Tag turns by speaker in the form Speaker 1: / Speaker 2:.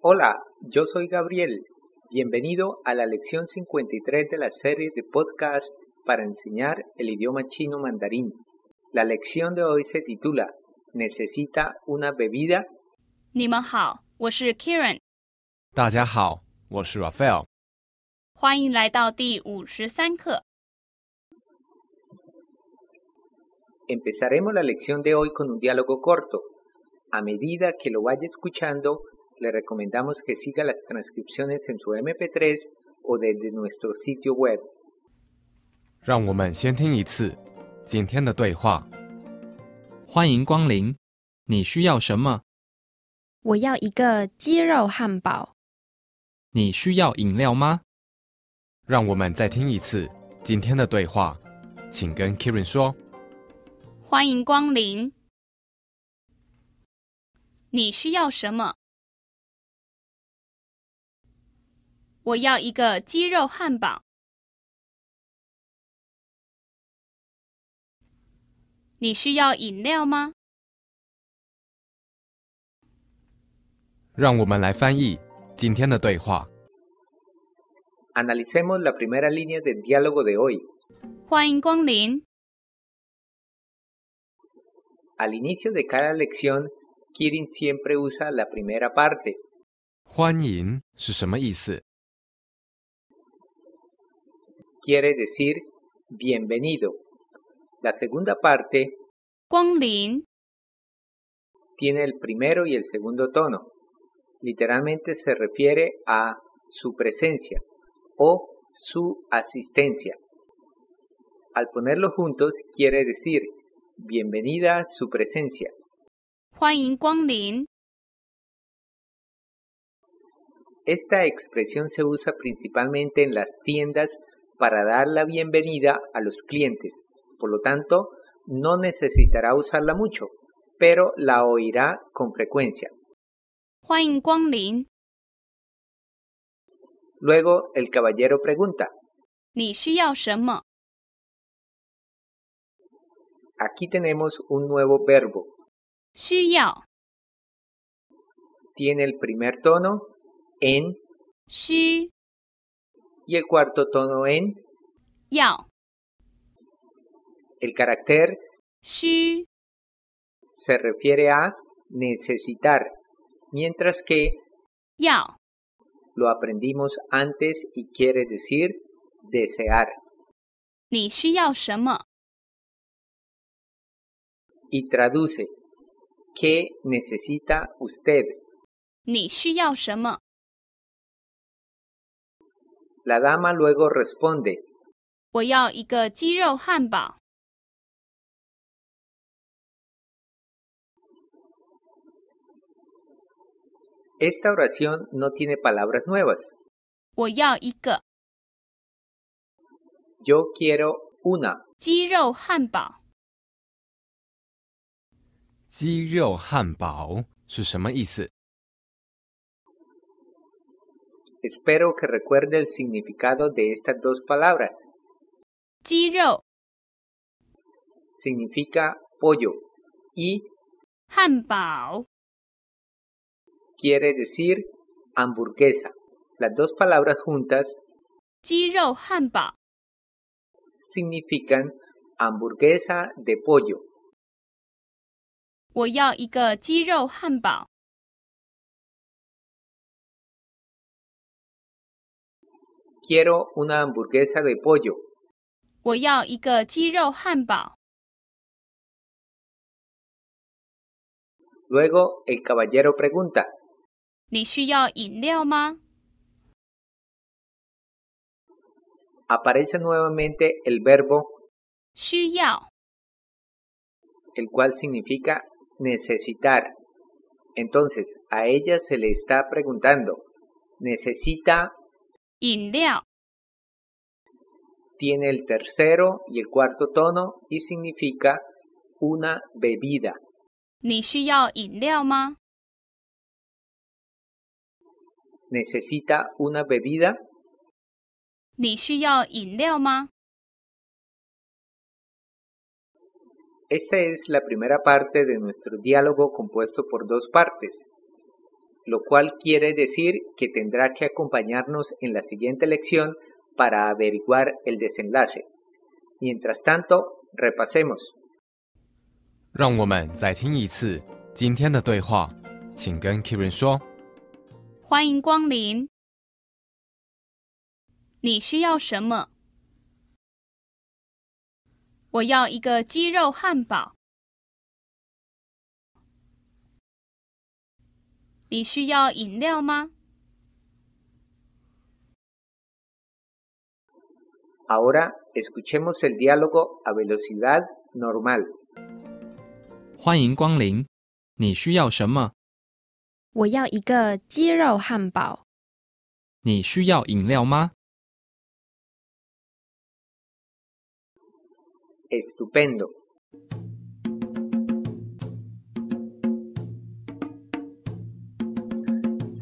Speaker 1: Hola, yo soy Gabriel. Bienvenido a la lección 53 de la serie de podcast para enseñar el idioma chino mandarín. La lección de hoy se titula ¿Necesita una bebida?
Speaker 2: 你们好，我是 Kieran，
Speaker 3: 大家好，我是 Raphael。
Speaker 2: 欢迎来到第五十三课。
Speaker 1: Empezaremos la lección de hoy con un diálogo corto. A medida que lo vaya escuchando, le recomendamos que siga las transcripciones en su MP3 o desde nuestro sitio web.
Speaker 3: 让我们先听一次今天的对话。
Speaker 4: 欢迎光临，你需要什么？
Speaker 5: 我要一个鸡肉汉堡。
Speaker 4: 你需要饮料吗？
Speaker 3: 让我们再听一次今天的对话，请跟 Kieran 说。
Speaker 2: 欢迎光临。你需要什么？我要一个鸡肉汉堡。你需要饮料吗？
Speaker 3: 让我们来翻译今天的对话。
Speaker 1: Analicemos la primera línea del diálogo de hoy.
Speaker 2: 欢迎光临。
Speaker 1: Al inicio de cada lección, Kirin siempre usa la primera parte.
Speaker 3: 欢迎是什么意思？
Speaker 1: Quiere decir bienvenido. La segunda parte
Speaker 2: 光临，
Speaker 1: tiene el primero y el segundo tono. Literalmente se refiere a su presencia o su asistencia. Al ponerlos juntos quiere decir bienvenida su presencia.
Speaker 2: 欢迎光临。
Speaker 1: Esta expresión se usa principalmente en las tiendas para dar la bienvenida a los clientes. Por lo tanto, no necesitará usarla mucho, pero la oirá con frecuencia.
Speaker 2: 欢迎光临。
Speaker 1: Luego el caballero pregunta,
Speaker 2: 你需要什么？
Speaker 1: aquí tenemos un nuevo verbo.
Speaker 2: 需要，
Speaker 1: Tiene el primer tono en
Speaker 2: 需
Speaker 1: y el cuarto tono en.
Speaker 2: 要，
Speaker 1: El carácter
Speaker 2: 需
Speaker 1: se refiere a necesitar, mientras que
Speaker 2: 要。
Speaker 1: lo aprendimos antes y quiere decir desear.
Speaker 2: 你需要什么？
Speaker 1: Y traduce, ¿qué necesita usted?
Speaker 2: 你需要什么？
Speaker 1: La dama luego responde,
Speaker 2: 我要一个鸡肉汉堡。
Speaker 1: esta oración no tiene palabras nuevas.
Speaker 2: 我要一个
Speaker 1: Yo quiero una.
Speaker 2: 鸡肉汉堡。
Speaker 3: 鸡肉汉堡是什么意思？
Speaker 1: Espero que recuerde el significado de estas dos palabras.
Speaker 2: 鸡肉
Speaker 1: Significa pollo y
Speaker 2: 汉堡，
Speaker 1: quiere decir hamburguesa. Las dos palabras juntas
Speaker 2: 鸡肉汉堡。
Speaker 1: significan hamburguesa de pollo.
Speaker 2: 我要一个鸡肉汉堡。
Speaker 1: Quiero una hamburguesa de pollo.
Speaker 2: 我要一个鸡肉汉堡。
Speaker 1: Luego el caballero pregunta,
Speaker 2: 你需要饮料吗？
Speaker 1: aparece nuevamente el verbo,
Speaker 2: 需要，
Speaker 1: el cual significa necesitar. Entonces, a ella se le está preguntando, necesita,
Speaker 2: 饮料。
Speaker 1: tiene el tercero y el cuarto tono y significa una bebida.
Speaker 2: 你需要饮料吗？
Speaker 1: Necesita una bebida.
Speaker 2: 你需要饮料吗？
Speaker 1: Esta es la primera parte de nuestro diálogo compuesto por dos partes. lo cual quiere decir que tendrá que acompañarnos en la siguiente lección para averiguar el desenlace. Mientras tanto, repasemos.
Speaker 3: 让我们再听一次今天的对话，请跟 Kirin 说。
Speaker 2: 欢迎光临。你需要什么？我要一个鸡肉汉堡。你需要饮料吗？
Speaker 1: Ahora escuchemos el diálogo a velocidad normal.
Speaker 4: 欢迎光临。你需要什么？
Speaker 5: 我要一个鸡肉汉堡。
Speaker 4: 你需要饮料吗？
Speaker 1: Estupendo.